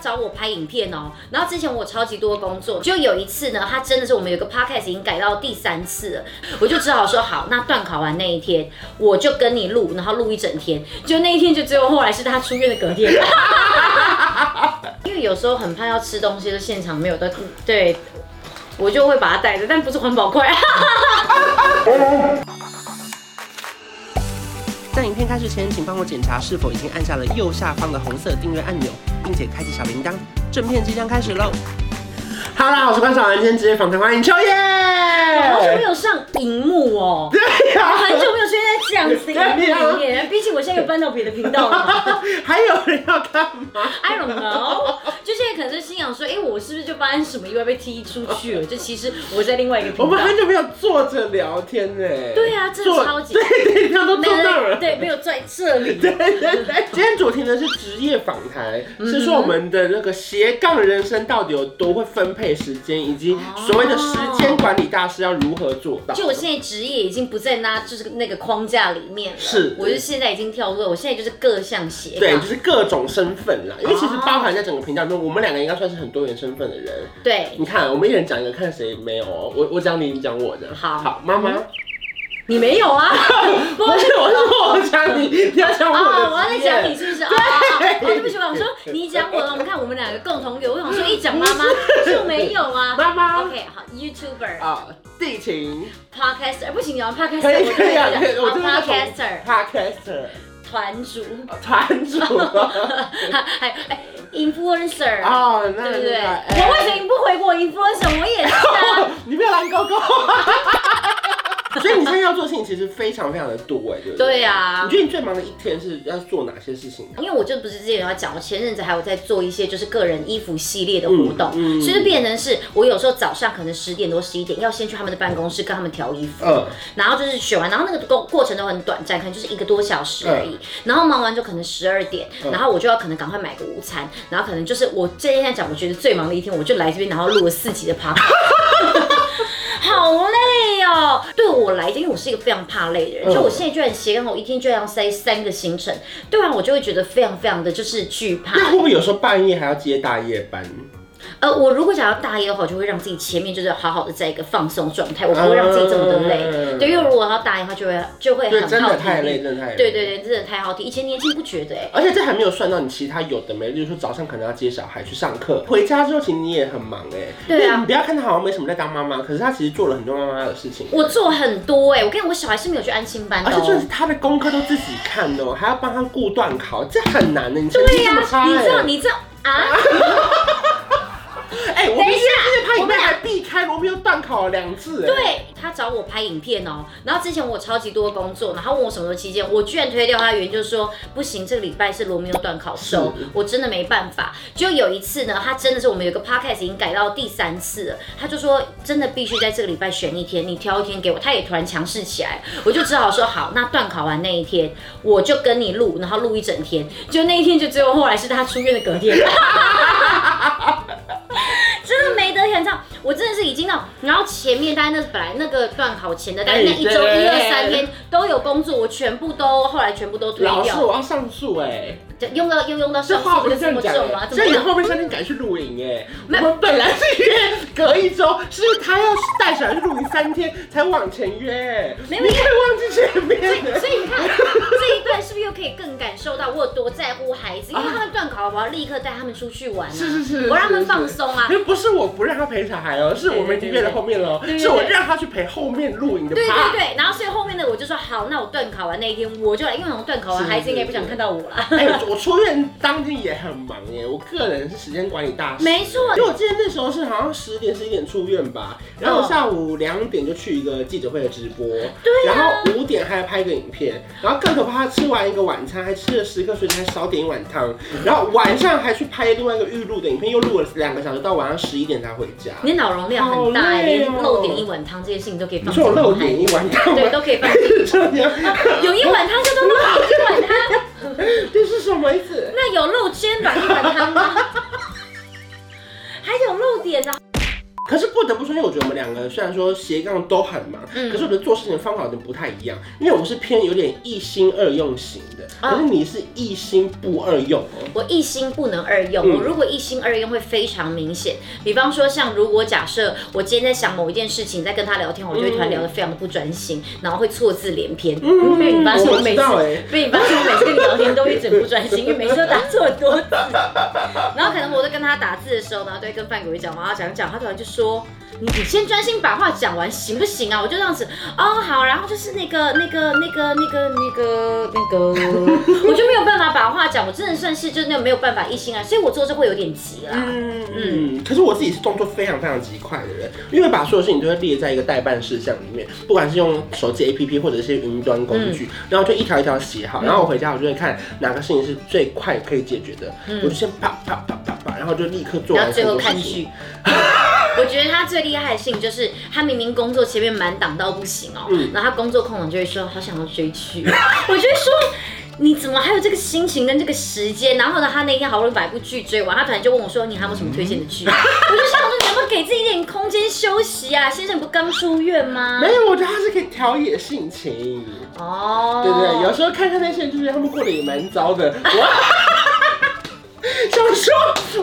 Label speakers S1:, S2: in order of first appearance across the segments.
S1: 找我拍影片哦。然后之前我超级多工作，就有一次呢，他真的是我们有一个 podcast 已经改到第三次了，我就只好说好，那段考完那一天我就跟你录，然后录一整天。就那一天就只有后来是他出院的隔天，因为有时候很怕要吃东西，就现场没有的，对我就会把它带着，但不是环保筷。
S2: 在影片开始前，请帮我检查是否已经按下了右下方的红色订阅按钮，并且开启小铃铛。正片即将开始喽！哈喽，我是关少文，今天直接访谈欢迎秋
S1: 好久没
S2: 叶。
S1: 有上荧幕哦。
S2: 对
S1: 我
S2: 呀、
S1: 很久没有出现在这样子的荧幕里面，毕竟我现在有搬到别的频道了。
S2: 还有人要干嘛？
S1: I don't know，就现在可能是心想说，哎、我是不是就发生什么意外被踢出去了？就其实我在另外一个
S2: 我
S1: 频道
S2: 们。很久没有坐着聊天呢。
S1: 对啊这
S2: 坐
S1: 超级
S2: 对对，他都
S1: 没
S2: 坐
S1: 有
S2: 那儿
S1: 在
S2: 了。
S1: 对，没有在这里。
S2: 对 对对，今天主题呢是职业访谈，
S1: 嗯
S2: 是说我们的那个斜杠人生到底有多会分配时间，以及所谓的时间管理大师要如何做到。
S1: 哦就我现在职业已经不在那，就是那个框架里面了。
S2: 是
S1: 我就现在已经跳入了，我现在就是各项斜
S2: 对，
S1: 杠哦
S2: 就。是各种身份啦，因为其实包含在整个频道中，我们两个应该算是很多元身份的人。
S1: 对，
S2: 你看，我们一人讲一个，看谁没有哦。我我讲你，你讲我的。
S1: 好嗯
S2: 好，妈妈，
S1: 你没有 啊？不
S2: 不是， 我是我讲你，你要讲我
S1: 啊，我要
S2: 的
S1: 在讲
S2: 职业。
S1: 你是不是？啊，啊啊对不起，我想说你讲我了，我们看我们两个共同有，我想说一讲妈 妈就没有啊。
S2: 妈妈
S1: OK，好，YouTuber、
S2: 啊，地勤
S1: Podcaster，不行，你要 Podcaster，
S2: 可以
S1: 我
S2: 可以啊，可以，
S1: 讲
S2: 我
S1: 好
S2: 真的从
S1: Podcaster
S2: podcaster 啊
S1: 团主，
S2: 团主。
S1: 还还哎 Influencer，
S2: 哦，那
S1: 对不
S2: 你
S1: 对？
S2: 来
S1: 我为什么不回我 Influencer？我也是啊。
S2: 你没有蓝勾 勾。所以你现在要做的事情其实非常非常的多哎，对不对？
S1: 对啊
S2: 你觉得你最忙的一天是要做哪些事情？
S1: 因为我就不是之前有要讲，我前阵子还有在做一些就是个人衣服系列的活动，
S2: 嗯嗯
S1: 所以就变成是我有时候早上可能十点多十一点要先去他们的办公室跟他们调衣服，
S2: 嗯
S1: 然后就是选完，然后那个过过程都很短暂，可能就是一个多小时而已。
S2: 嗯
S1: 然后忙完就可能十二点，然后我就要可能赶快买个午餐，然后可能就是我这一天讲，我觉得最忙的一天，我就来这边，然后录了四集的 p o d 好累哦，对我来讲，因为我是一个非常怕累的人，
S2: 嗯
S1: 就我现在居然斜杠，我一天居然要塞三个行程，对啊，我就会觉得非常非常的就是惧怕。
S2: 那会不会有时候半夜还要接大夜班？
S1: 呃，我如果想要大夜的话，我就会让自己前面就是好好的在一个放松状态，我不会让自己这么的累。
S2: 嗯
S1: 对，因为如果要大夜的话，就会就会
S2: 对，
S1: 很
S2: 真
S1: 耗
S2: 的
S1: 体
S2: 太
S1: 力
S2: 累，真的太累。
S1: 对对。对，真的太好听。以前年轻不觉得哎、
S2: 而且这还没有算到你其他有的没，例如说早上可能要接小孩去上课，回家之后其实你也很忙哎。
S1: 对啊
S2: 因为你不要看他好像没什么在当妈妈，可是他其实做了很多妈妈的事情。
S1: 我做很多哎、我跟你讲，我小孩是没有去安心班的
S2: 而且
S1: 哦、
S2: 就是他的功课都自己看的哦，还要帮他顾段考，这很难的。你成绩
S1: 对
S2: 这
S1: 呀、
S2: 么差、
S1: 你知道
S2: 哎
S1: 你知道啊？
S2: 哎、
S1: 等
S2: 我们
S1: 一下
S2: 现在拍
S1: 我
S2: 影
S1: 们
S2: 片
S1: 俩
S2: 还避开罗密欧断考了两次。哎，
S1: 对他找我拍影片哦、然后之前我有超级多工作，然后问我什么时候期间，我居然推掉他的原因，就是说不行，这个礼拜是罗密欧段考收
S2: 是，
S1: 我真的没办法。就有一次呢，他真的是我们有个 podcast 已经改到第三次了，他就说真的必须在这个礼拜选一天，你挑一天给我。他也突然强势起来，我就只好说好，那段考完那一天我就跟你录，然后录一整天。就那一天就只有后来是他出院的隔 天。真的没得选上，我真的是已经到，然后前面大概那本来那个段考前的，大概那一周
S2: 哎
S1: 一
S2: 对
S1: 二三天都有工作，我全部都后来全部都推
S2: 老师，
S1: 掉，
S2: 我要上诉哎、
S1: 就用到用用到
S2: 这
S1: 上
S2: 话
S1: 次
S2: 不
S1: 就是
S2: 这
S1: 这
S2: 样
S1: 么
S2: 讲、
S1: 重啊
S2: 哎，
S1: 怎么
S2: 所以你
S1: 样？
S2: 后面三天改去露营哎、
S1: 没
S2: 我们本来是约隔一周，是因为他要带小孩去露营三天才往前约、哎
S1: 没有
S2: 你可以忘记前面的。
S1: 所以你 看这一段是不是又可以更感受到我有多在乎孩子？因为他们段考，我要立刻带他们出去玩啊，
S2: 是是是
S1: 我让他
S2: 是
S1: 们
S2: 是
S1: 放松啊
S2: 因。为不是我不让他陪小孩哦、是我们已经约了后面了哦、
S1: 对对对对
S2: 是我让他去陪后面露营的
S1: 对
S2: 趴
S1: 对。对，然后所以后面呢，我就说好，那我段考完那一天我就来，因为我段考完
S2: 是是
S1: 孩子应该不
S2: 是
S1: 想看到我啦。
S2: 哎、我出院当天也很忙耶，我个人是时间管理大师。
S1: 没错
S2: 因为我记得那时候是好像十点十一点出院吧，然后我下午两点就去一个记者会的直播，
S1: 嗯对啊
S2: 然后五点还拍个影片，然后更可怕，吃完一个晚餐还吃了十颗水饺，还少点一碗汤，
S1: 嗯
S2: 然后晚上还去拍另外一个预录的影片，又录了两个小时，到晚上十一点才回家。
S1: 你脑容量很大
S2: 好累
S1: 欸，
S2: 哦
S1: 连漏点一碗汤这些事情都可以
S2: 你
S1: 放
S2: 说我
S1: 进
S2: 哦漏
S1: 脑
S2: 点
S1: 海。
S2: 一碗汤
S1: 对，
S2: 吗？
S1: 都可以 放进。
S2: 是这样，
S1: 有一碗汤叫做漏点一碗汤，
S2: 这是什么意思？
S1: 那有漏煎软一碗汤吗？还有漏点呢、
S2: 可是不得不说，因为我觉得我们两个虽然说斜杠都很忙，
S1: 嗯
S2: 可是我们做事情的方法有点不太一样，因为我们是偏有点一心二用型的，
S1: 啊
S2: 可是你是一心不二用哦。
S1: 我一心不能二用，
S2: 嗯
S1: 我如果一心二用会非常明显。比方说，像如果假设我今天在想某一件事情，在跟他聊天，我就会突然聊
S2: 嗯
S1: 得非常的不专心，然后会错字连篇。嗯，被你发现
S2: 我
S1: 我
S2: 不
S1: 每
S2: 知
S1: 次
S2: 道哎，
S1: 被你发现我每次跟你聊天都一整不专心，因为每次都打错很多字。然后可能我在跟他打字的时候，然后都会跟范鬼讲嘛，讲一讲，他突然就说：“你你先专心把话讲完，行不行啊？”我就这样子，哦好，然后就是那个那个那个那个那个那个，我就没有办法把话讲，我真的算是就那种没有办法一心啊，所以我做事会有点急啦。
S2: 嗯嗯，可是我自己是动作非常非常极快的人，因为把所有事情都会列在一个代办事项里面，不管是用手机 APP 或者是云端工
S1: 嗯
S2: 具，然后就一条一条写好，然后我回家我就会看哪个事情是最快可以解决的，我就先啪啪啪啪啪，然后就立刻
S1: 嗯
S2: 做
S1: 然
S2: 完
S1: 后最后
S2: 所有事
S1: 看
S2: 情。
S1: 剧。我觉得他最厉害的事情就是，他明明工作前面满档到不行哦、
S2: 嗯
S1: 然后他工作空档就会说好想要追剧， 我就会说你怎么还有这个心情跟这个时间？然后呢，他那天好不容易把一部剧追完，他突然就问我说你还有没有什么推荐的剧？ 我就想说你能不能给自己一点空间休息啊？先生你不刚出院吗
S2: 没？有，我觉得他是可以调野性情，
S1: 哦，
S2: 对不对？有时候看看那些人，就是他们过得也蛮糟的。我 想说，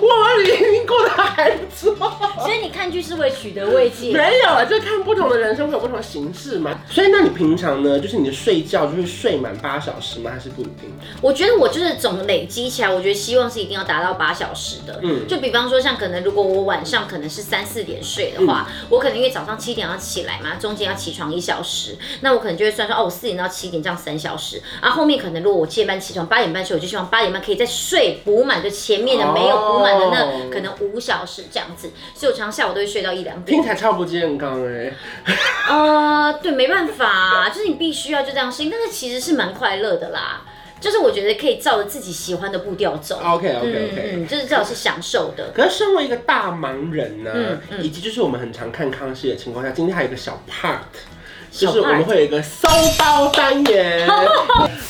S2: 我们已经过得还不错。
S1: 所以你看剧是会取得慰藉。
S2: 没有啊，就看不同的人生会有不同的形式嘛。所以，那你平常呢，就是你的睡觉就是睡满八小时吗？还是不一定？
S1: 我觉得我就是总累积起来，我觉得希望是一定要达到八小时的。
S2: 嗯
S1: 就比方说像可能如果我晚上可能是三四点睡的话，
S2: 嗯
S1: 我可能因为早上七点要起来嘛，中间要起床一小时，那我可能就会算说哦，我四点到七点这样三小时，啊后面可能如果我七点半起床，八点半睡，我就希望八点半可以再睡补满，就前面的没有补满的
S2: 哦
S1: 那可能五小时这样子，所以我常常下午都会睡到一两
S2: 听
S1: 点
S2: 起。来超不健康哎、
S1: 呃，对，没办法、就是你必须要就这样适应，但是其实是蛮快乐的啦。就是我觉得可以照着自己喜欢的步调走。
S2: OK
S1: 嗯
S2: OK
S1: 嗯
S2: OK。
S1: 嗯，就是至少是享受的。
S2: 可是身为一个大忙人呢、
S1: 嗯嗯
S2: 以及就是我们很常看康熙的情况下，今天还有一个小 part，
S1: 小
S2: 就是我们
S1: part
S2: 会有一个搜包 单元。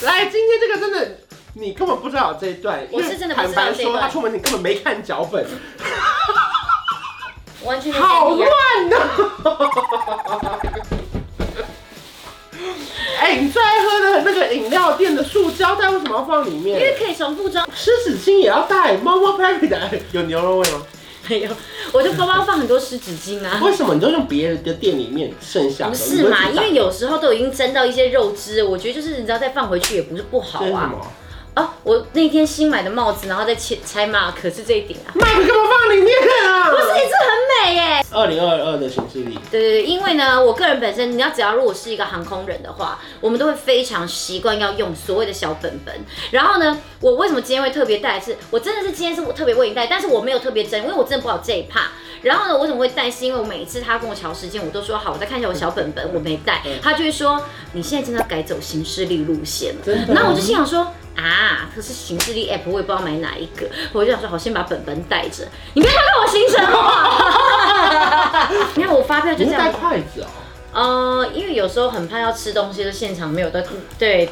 S2: 来，今天这个真的。你根本不知道这一段，
S1: 我是真的不
S2: 因
S1: 知
S2: 为
S1: 道
S2: 坦白
S1: 这一
S2: 说，
S1: 段
S2: 他出门前根本没看脚本，
S1: 完全没有
S2: 好
S1: 跟你一
S2: 乱
S1: 样
S2: 哦！ 哎、你最爱喝的那个饮料店的塑胶袋为什么要放里
S1: 因为
S2: 面？
S1: 可以重复装。
S2: 湿纸巾也要带，猫猫 Papi 的有牛肉味吗？
S1: 没有，我的包包放很多湿纸巾啊。
S2: 为什么你都用别人的店里面剩下的？
S1: 不是嘛？因
S2: 你都自己带
S1: 为有时候都已经沾到一些肉汁，我觉得就是你知道再放回去也不是不好
S2: 这是什
S1: 啊。
S2: 么？
S1: 哦，我那天新买的帽子，然后再拆拆嘛，可是这一顶啊，
S2: 麦克干嘛放里面啊？不
S1: 这一次很美耶。
S2: 二零二二的形式里，
S1: 对对对，因为呢，我个人本身，你要只要如果是一个航空人的话，我们都会非常习惯要用所谓的小本本。然后呢，我为什么今天会特别带是？我真的是今天是我特别为你带，但是我没有特别真，因为我真的不好这一趴。然后呢，我为什么会带？是因为我每一次他跟我调时间，我都说好，我再看一下我小本本，我没带
S2: 嗯。
S1: 他就会说啊你现在真的要改走行事历路线了。
S2: 真的
S1: 那我就心想说啊，可是行事历 app 我也不知道买哪一个，我就想说好，先把本本带着。你不要看我行程好不好？ 你看我发票就这
S2: 你会带
S1: 样，
S2: 筷子哦、
S1: 呃，因为有时候很怕要吃东西，就现场没有的，对。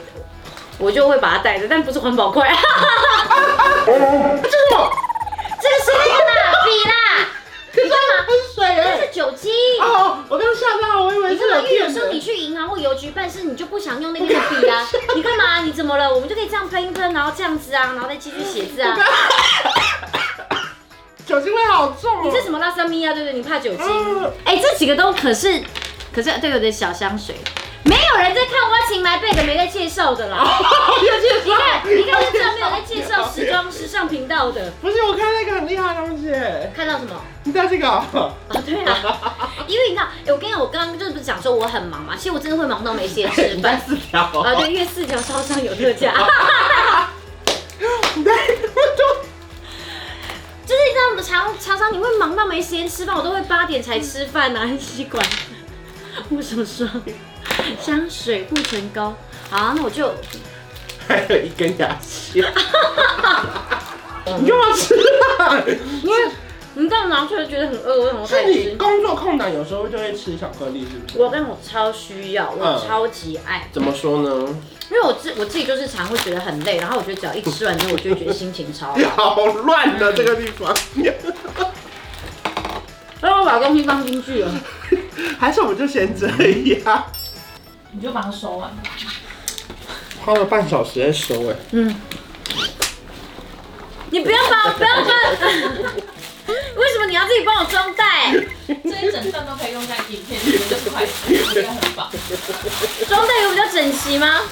S1: 我就会把它带着，但不是环保筷，
S2: 这是什么？
S1: 这个是那个啦，笔啦，
S2: 这是喷水哎、
S1: 这是酒精。
S2: 哦，我刚吓到，我以为
S1: 你
S2: 是
S1: 干嘛？因
S2: 有
S1: 为有
S2: 电
S1: 时候你
S2: 的。
S1: 去银行或邮局办事，你就不想用那边的笔啊。你干嘛？你怎么了？我们就可以这样喷一喷，然后这样子啊，然后再继续写 字啊。
S2: 酒精味好重哦、
S1: 你 是什么拉萨米啊？对不对？你怕酒精
S2: 嗯？
S1: 哎、这几个都可是，可是对有点小香水，没有人在看我请买贝的，没在介绍的啦。你看， 你看，这上面有在介绍时装时尚频道的，
S2: 不是，我看那个很厉害的东西，
S1: 看到什么？
S2: 你带这个哦、
S1: 啊，对啊， 因为你知道，哎我跟你讲，我刚刚就是不是讲说我很忙嘛，其实我真的会忙到没时间吃
S2: 你带
S1: 饭。
S2: 四条、哦
S1: 啊，对，因为四条烧伤有特价。
S2: 你带 这么多，
S1: 就是你知道，我们常常常你会忙到没时间吃饭，我都会八点才吃饭呐、啊，很奇怪。 护手霜、香水、护唇膏，好、啊那我就
S2: 还有一根牙 签。你干嘛吃啊？
S1: 因为你知道拿出来觉得很饿，我很
S2: 是
S1: 开
S2: 你
S1: 始。
S2: 工作空档有时候就会吃巧克力，是不是？
S1: 我跟我超需要，我
S2: 嗯
S1: 超级爱，
S2: 怎么说呢？
S1: 因为我自我自己就是常会觉得很累，然后我觉得只要一吃完之后，我就会觉
S2: 啊
S1: 得心情超好。
S2: 嗯好乱的这个地方。
S1: 然后我把东西放进去了。哦
S2: 还是我们就先这样，
S3: 你就把它收完。
S2: 花了半小时在收哎。
S1: 嗯， 你不要把我，不要把，为什么你要自己帮我装袋？
S2: 欸
S3: 这一整段都可以用在影片里面，就是快速，应该很棒。
S1: 装袋有比较整齐吗？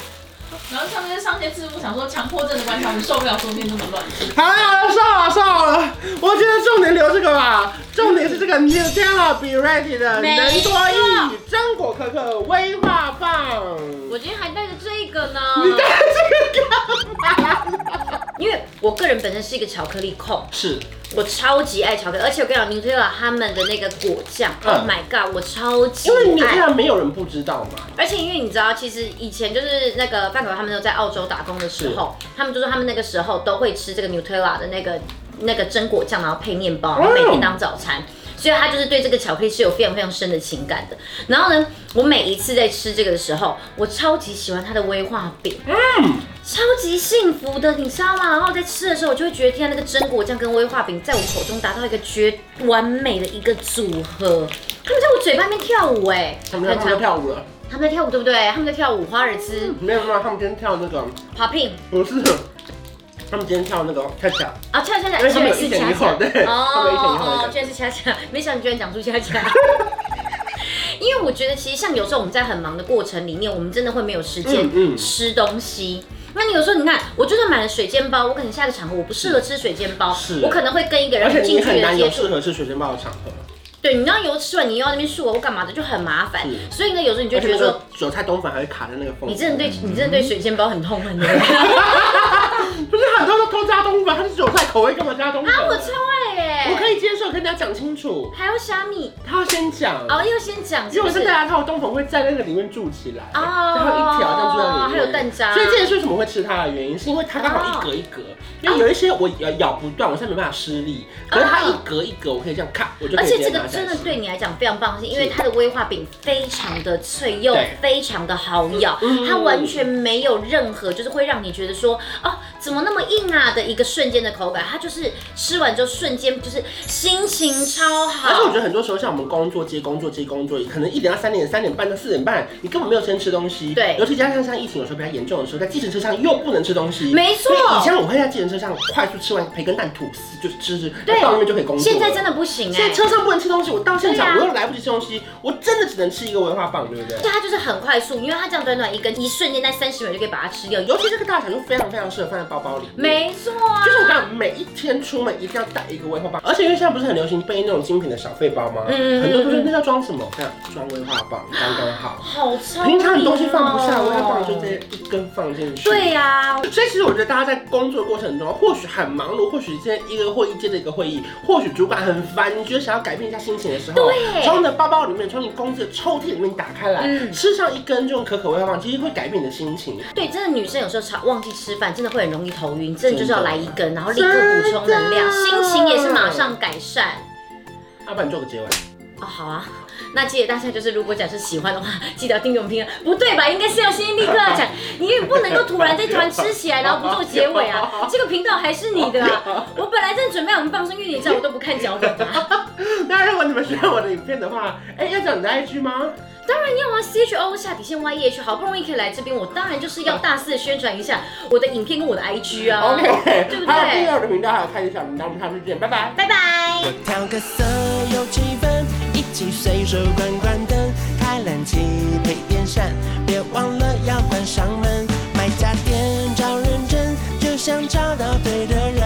S3: 然后上面上些字幕，想说强迫症的关系，我们受不了桌面这么乱。
S2: 好了好了，算了算了，我觉得重点留这个吧，重点是这个 New Taylor Be Ready 的
S1: 没错
S2: 能多益榛果可可威化棒。
S1: 我今天还带着这个呢，
S2: 你带这个干嘛？
S1: 因为我个人本身是一个巧克力控，
S2: 是，
S1: 我超级爱巧克力，而且我跟你讲，Nutella 他们的那个果酱、
S2: 嗯
S1: o h my god，我超级
S2: 因为 New
S1: 爱。
S2: Taylor 没有人不知道嘛。
S1: 而且因为你知道，其实以前就是那个范狗他们都在澳洲打工的时候，他们就说他们那个时候都会吃这个 Nutella 的那个那个榛果酱，然后配面包，
S2: 哦
S1: 然后每天当早餐。所以他就是对这个巧克力是有非常非常深的情感的。然后呢，我每一次在吃这个的时候，我超级喜欢它的威化饼，
S2: 嗯
S1: 超级幸福的，你知道吗？然后在吃的时候，我就会觉得天啊，那个榛果酱跟威化饼在我口中达到一个绝完美的一个组合，他们在我嘴巴里面跳舞哎、
S2: 他们要他们要跳舞了，
S1: 他们在跳舞对不对？他们在跳舞，华尔兹、
S2: 没有没有，他们今天跳那个
S1: popping
S2: 不是，他们今天跳那个恰恰。
S1: 啊，跳恰恰，哦
S2: 因为他们有
S1: 是
S2: 一前一后对他们有一前一后的感觉
S1: 居然是恰恰， 没想到你居然讲出恰恰。 因为我觉得其实像有时候我们在很忙的过程里面，我们真的会没有时
S2: 嗯
S1: 间
S2: 嗯
S1: 吃东西。那你有时候你看，我就算买了水煎包，我可能下个场合我不适合吃水煎包
S2: 是，
S1: 我可能会跟一个
S2: 而且
S1: 人近
S2: 你
S1: 距
S2: 很
S1: 离的
S2: 难
S1: 接
S2: 有
S1: 触
S2: 适。合吃水煎包的场合，
S1: 对，你要油吃完，你又要那边漱口干嘛的，就很麻烦。
S2: 是
S1: 所以呢，有时候你就
S2: 而
S1: 觉
S2: 且那
S1: 得说
S2: 个，韭菜冬粉还会卡在那个缝。
S1: 你真的对你真的对水煎包很痛恨 的。
S2: 不是很多都偷加冬粉，它是韭菜口味，干嘛加冬粉？
S1: 啊，我超爱耶！
S2: 我可以接受，跟大家讲清楚，
S1: 还有虾米
S2: 他要先讲。
S1: 哦，要先讲
S2: 因
S1: 是
S2: 为
S1: 不
S2: 我是
S1: 是
S2: 大？家看我冬粉会在那个里面住起来，
S1: 哦
S2: 然后一条这样住在里面，
S1: 还有蛋渣哦
S2: 所以这也是为什么会吃它的原因，是因为它刚好一格一格，因为有一些我咬咬不断，我现在没办法施力，可是它一格一格，我可以这样咔，我就
S1: 嗯
S2: 可
S1: 而
S2: 以直
S1: 且
S2: 接
S1: 这
S2: 拿
S1: 个
S2: 起来
S1: 真
S2: 吃
S1: 的对你来讲非常棒，是因为
S2: 是
S1: 它的威化饼非常的脆又
S2: 对
S1: 非常的好咬，
S2: 嗯
S1: 它完全没有任何就是会让你觉得说哦怎么那么硬啊的一个瞬间的口感，它就是吃完之后瞬间就是心情超
S2: 而且我觉
S1: 好。
S2: 得很多时候，像我们工作接工作接工作，可能一点到三点、三点半到四点半，你根本没有时间吃东西。
S1: 对
S2: 尤其加上像疫情有时候比较严重的时候，在计程车上又不能吃东西。
S1: 没错
S2: 所以以前我会在计程车上快速吃完培根蛋吐司，就是吃吃，
S1: 对
S2: 到那边就可以工作。
S1: 现在真。的不行
S2: 现
S1: 哎、
S2: 在车上不能吃东西，我到现场
S1: 对啊
S2: 我又来不及吃东西，我真的只能吃一个文化棒，对不对？
S1: 但它就是很快速，因为它这样短短一根，一瞬间在三十秒就可以把它吃掉。
S2: 尤其这个大小就非常非常适合放在包包里面。
S1: 没错啊，
S2: 就是我讲，每一天出门一定要带一个威化棒，而且因为现在不是很流行背那种精品的小背包吗？
S1: 嗯嗯嗯
S2: 很多人说那叫装什么？我看装威化棒刚刚好。
S1: 好聪明、
S2: 平
S1: 哦。
S2: 常你东西放不下，威化棒就直接一根放进去。
S1: 对。啊呀、
S2: 所以其实我觉得大家在工作的过程中，或许很忙碌，或许今天一个会议接着一个会议，或许主管很烦，你觉得想要改变一下心情的时候，
S1: 对
S2: 从你的包包里面，从你公司的抽屉里面打开来，
S1: 嗯
S2: 吃上一根这种可可威化棒，其实会改变你的心情。
S1: 对，真的女生有时候吵忘记吃饭，真的会很容易头晕，真的就是要来一根，然后立刻
S2: 真的
S1: 补充能量，心情也是马上改善。
S2: 要不然你做个结尾，
S1: 哦，好啊，那记得大家就是，如果假设喜欢的话， 记得要订阅我们频道。不对吧？应该是要先立刻 要讲，你也不能够突然在突然吃起来，然后不做结尾 啊。这个频道还是你的 啊。我本来正准备我们放生月底照，我都不看脚本 啊。
S2: 那如果你们喜欢我的影片的话，哎、要讲你的 IG 吗？
S1: 当然要啊，C H O 下底线 Y E H，好不容易可以来这边，我当然就是要大肆地宣传一下我的影片跟我的 I G 啊。
S2: OK，
S1: 对不
S2: 还有订阅
S1: 对？
S2: 我的频道，还有开启小铃铛，我们下次见，拜拜。
S1: 拜拜。
S4: 我调个色，有气氛，一起随手关关灯，开冷气配电扇，别忘了要关上门。买家电找认真，就像找到对的人，